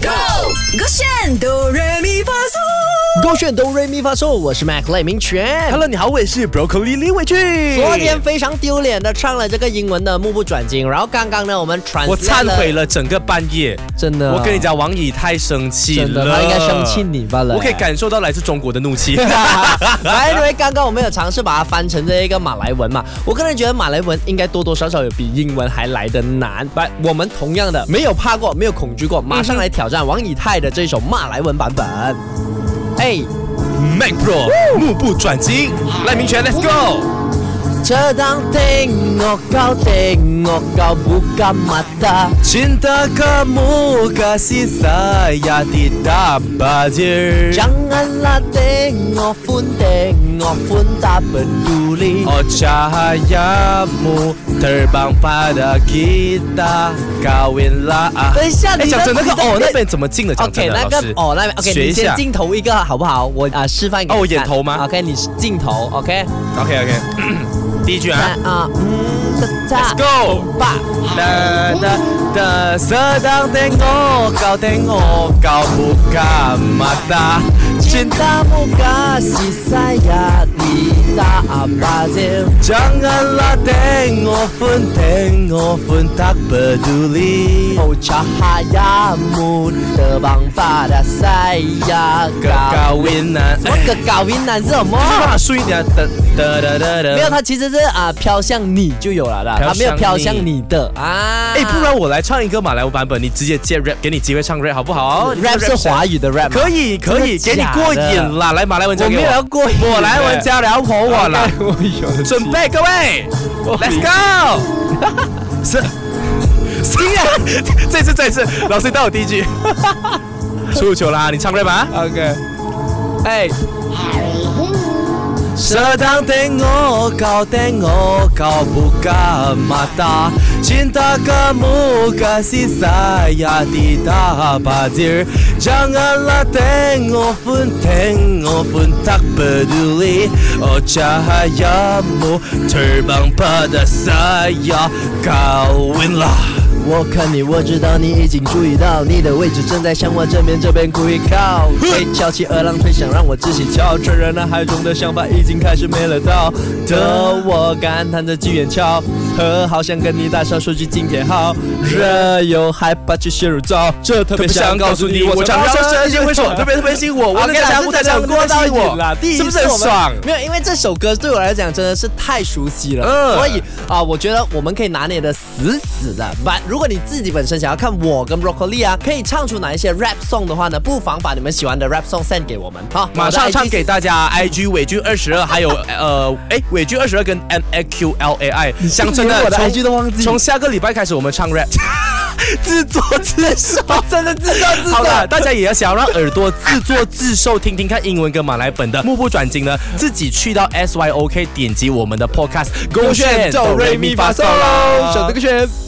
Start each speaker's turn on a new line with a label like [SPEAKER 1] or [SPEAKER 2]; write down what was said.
[SPEAKER 1] Go，勾选哆来咪发嗦。
[SPEAKER 2] 勾选哆瑞咪发嗦，我是 Mac 赖明全。
[SPEAKER 3] Hello，你好，我是 Broccoli 李伟俊。
[SPEAKER 2] 昨天非常丢脸的唱了这个英文的目不转睛，然后刚刚呢，我们传
[SPEAKER 3] 我忏悔， 了整个半夜，
[SPEAKER 2] 真的，啊
[SPEAKER 3] 我跟你，讲，王以太生气
[SPEAKER 2] 真的，
[SPEAKER 3] 了，
[SPEAKER 2] 他应该生气你吧了，
[SPEAKER 3] 我可以。感受到来自中国的 怒气。
[SPEAKER 2] 来，因为刚刚我们有尝试把它翻成这一个马来文嘛，我个人觉得马来文应该多多少少有比英文还来的难。来，我们同样的没有怕过，没有恐惧过，马上来挑战王以太的这首马来文版本。哎，
[SPEAKER 3] Mac Pro 目不转睛，赖明全，Let's go。
[SPEAKER 2] Sedang tengok kau tengok kau buka mata
[SPEAKER 3] Cinta kamu kasih saya tidak bajir.
[SPEAKER 2] Janganlah tengok pun tengok pun tak peduli
[SPEAKER 3] Oh cahayamu terbang pada kita Kawinlah
[SPEAKER 2] 等一下
[SPEAKER 3] 哎，
[SPEAKER 2] 你
[SPEAKER 3] 讲
[SPEAKER 2] 的
[SPEAKER 3] 真，那
[SPEAKER 2] 你
[SPEAKER 3] 个
[SPEAKER 2] 的
[SPEAKER 3] 哦
[SPEAKER 2] 你的
[SPEAKER 3] 那边怎么进的？讲真
[SPEAKER 2] OK，
[SPEAKER 3] 的，
[SPEAKER 2] 那
[SPEAKER 3] 老
[SPEAKER 2] 个
[SPEAKER 3] 师
[SPEAKER 2] 哦，那边 OK，
[SPEAKER 3] 学
[SPEAKER 2] 你
[SPEAKER 3] 一
[SPEAKER 2] 先
[SPEAKER 3] 下。
[SPEAKER 2] 镜头一个好不好？我啊、示范给你
[SPEAKER 3] 哦我眼
[SPEAKER 2] 看
[SPEAKER 3] 头吗
[SPEAKER 2] ？OK，你镜头 OK，
[SPEAKER 3] OK OK，第 一句啊
[SPEAKER 2] 三啊，嗯，
[SPEAKER 3] ，Let's
[SPEAKER 2] 哒哒，
[SPEAKER 3] go。
[SPEAKER 2] 爸，
[SPEAKER 3] Da da da sedang tengok kau tengok kau buka mata cinta
[SPEAKER 2] cintamu kasih saya tidak apa sih
[SPEAKER 3] janganlah tengok pun tengok pun tak peduli
[SPEAKER 2] Oh cahayamu terbang pada saya kau
[SPEAKER 3] kekawinan
[SPEAKER 2] 什么个搞云南是什么？
[SPEAKER 3] 话说一点啊，哒哒哒哒哒
[SPEAKER 2] 没有，它其实是啊飘向你就有了啦，它没有飘
[SPEAKER 3] 飘
[SPEAKER 2] 向
[SPEAKER 3] 向你
[SPEAKER 2] 你的啊。
[SPEAKER 3] 哎，不然我来唱一个马来文版本，你直接接 rap，给你机会唱 rap 好不好你
[SPEAKER 2] rap 是华语的 rap，吗
[SPEAKER 3] 可以可以，
[SPEAKER 2] 真
[SPEAKER 3] 给
[SPEAKER 2] 的
[SPEAKER 3] 你
[SPEAKER 2] 假的
[SPEAKER 3] 过瘾啦！来马来文
[SPEAKER 2] 我
[SPEAKER 3] 教给
[SPEAKER 2] 没有要
[SPEAKER 3] 我，
[SPEAKER 2] 过瘾的。
[SPEAKER 3] 马来文加聊火我啦，
[SPEAKER 2] 我有
[SPEAKER 3] 准备各位，Let's go！是，行啊！ 这次这次，老师到我第一句， 出球啦！你唱 rap 啊？
[SPEAKER 2] OK。哎，
[SPEAKER 3] Sedang tengok kau tengok kau buka mata Cinta kamu kasih saya tidak hadir Janganlah tengok pun tengok pun tak peduli Oh cahayamu terbang pada saya Kawinlah
[SPEAKER 2] 我看你，我知道你已经注意到，你的位置正在向我正面这边故意靠。会翘起二浪推想让我窒息翘，趁热男孩中的想法已经开始没了道。的我感叹着机缘巧，和好想跟你大笑说句今天好，热又害怕去陷入糟，这特
[SPEAKER 3] 特
[SPEAKER 2] 别
[SPEAKER 3] 别
[SPEAKER 2] 想
[SPEAKER 3] 想
[SPEAKER 2] 告
[SPEAKER 3] 告
[SPEAKER 2] 诉
[SPEAKER 3] 诉
[SPEAKER 2] 你，
[SPEAKER 3] 你，
[SPEAKER 2] 我
[SPEAKER 3] 我
[SPEAKER 2] 常
[SPEAKER 3] 常
[SPEAKER 2] 常说
[SPEAKER 3] 常说
[SPEAKER 2] 这
[SPEAKER 3] 这
[SPEAKER 2] 些
[SPEAKER 3] 些
[SPEAKER 2] 会
[SPEAKER 3] 会
[SPEAKER 2] 说
[SPEAKER 3] 说
[SPEAKER 2] 特
[SPEAKER 3] 特
[SPEAKER 2] 别
[SPEAKER 3] 别
[SPEAKER 2] 特
[SPEAKER 3] 特
[SPEAKER 2] 别
[SPEAKER 3] 别
[SPEAKER 2] 吸
[SPEAKER 3] 吸
[SPEAKER 2] 引
[SPEAKER 3] 引
[SPEAKER 2] 我
[SPEAKER 3] 我，
[SPEAKER 2] 我
[SPEAKER 3] 我
[SPEAKER 2] 的
[SPEAKER 3] 的
[SPEAKER 2] 大
[SPEAKER 3] 大
[SPEAKER 2] 姑
[SPEAKER 3] 姑
[SPEAKER 2] 大
[SPEAKER 3] 大
[SPEAKER 2] 家
[SPEAKER 3] 家
[SPEAKER 2] 不
[SPEAKER 3] 不
[SPEAKER 2] 太相
[SPEAKER 3] 太相
[SPEAKER 2] 关
[SPEAKER 3] 关
[SPEAKER 2] 啦第一
[SPEAKER 3] 是不
[SPEAKER 2] 次
[SPEAKER 3] 是很
[SPEAKER 2] 我们
[SPEAKER 3] 爽？
[SPEAKER 2] 没有，因为这首歌对我来讲真的是太熟悉了，
[SPEAKER 3] 嗯
[SPEAKER 2] 所以啊、我觉得我们可以拿捏的死死的。把如果你自己本身想要看我跟 Broccoli 啊，可以唱出哪一些 rap song 的话呢，不妨把你们喜欢的 rap song send 给我们哈。
[SPEAKER 3] 马
[SPEAKER 2] 我
[SPEAKER 3] 上
[SPEAKER 2] 的 IG
[SPEAKER 3] 唱给大家，IG 伟俊二十二，还有呃，哎，伟俊二十二跟 M A Q L A I，讲真
[SPEAKER 2] 连
[SPEAKER 3] 的，
[SPEAKER 2] 我的
[SPEAKER 3] 从
[SPEAKER 2] IG 都忘记
[SPEAKER 3] 从下个礼拜开始，我们唱 rap，自作自受。
[SPEAKER 2] 真的自作自
[SPEAKER 3] 好
[SPEAKER 2] 受。
[SPEAKER 3] 了，大家也要想让耳朵自作自受，听听看英文跟马来本的目不转睛呢，自己去到 S Y O K 点击我们的 Podcast，勾选
[SPEAKER 2] 就
[SPEAKER 3] 哆
[SPEAKER 2] 瑞
[SPEAKER 3] 瑞
[SPEAKER 2] 咪
[SPEAKER 3] 咪
[SPEAKER 2] 发
[SPEAKER 3] 发
[SPEAKER 2] 嗦
[SPEAKER 3] 嗦
[SPEAKER 2] 喽，
[SPEAKER 3] 啦，
[SPEAKER 2] 选这个选。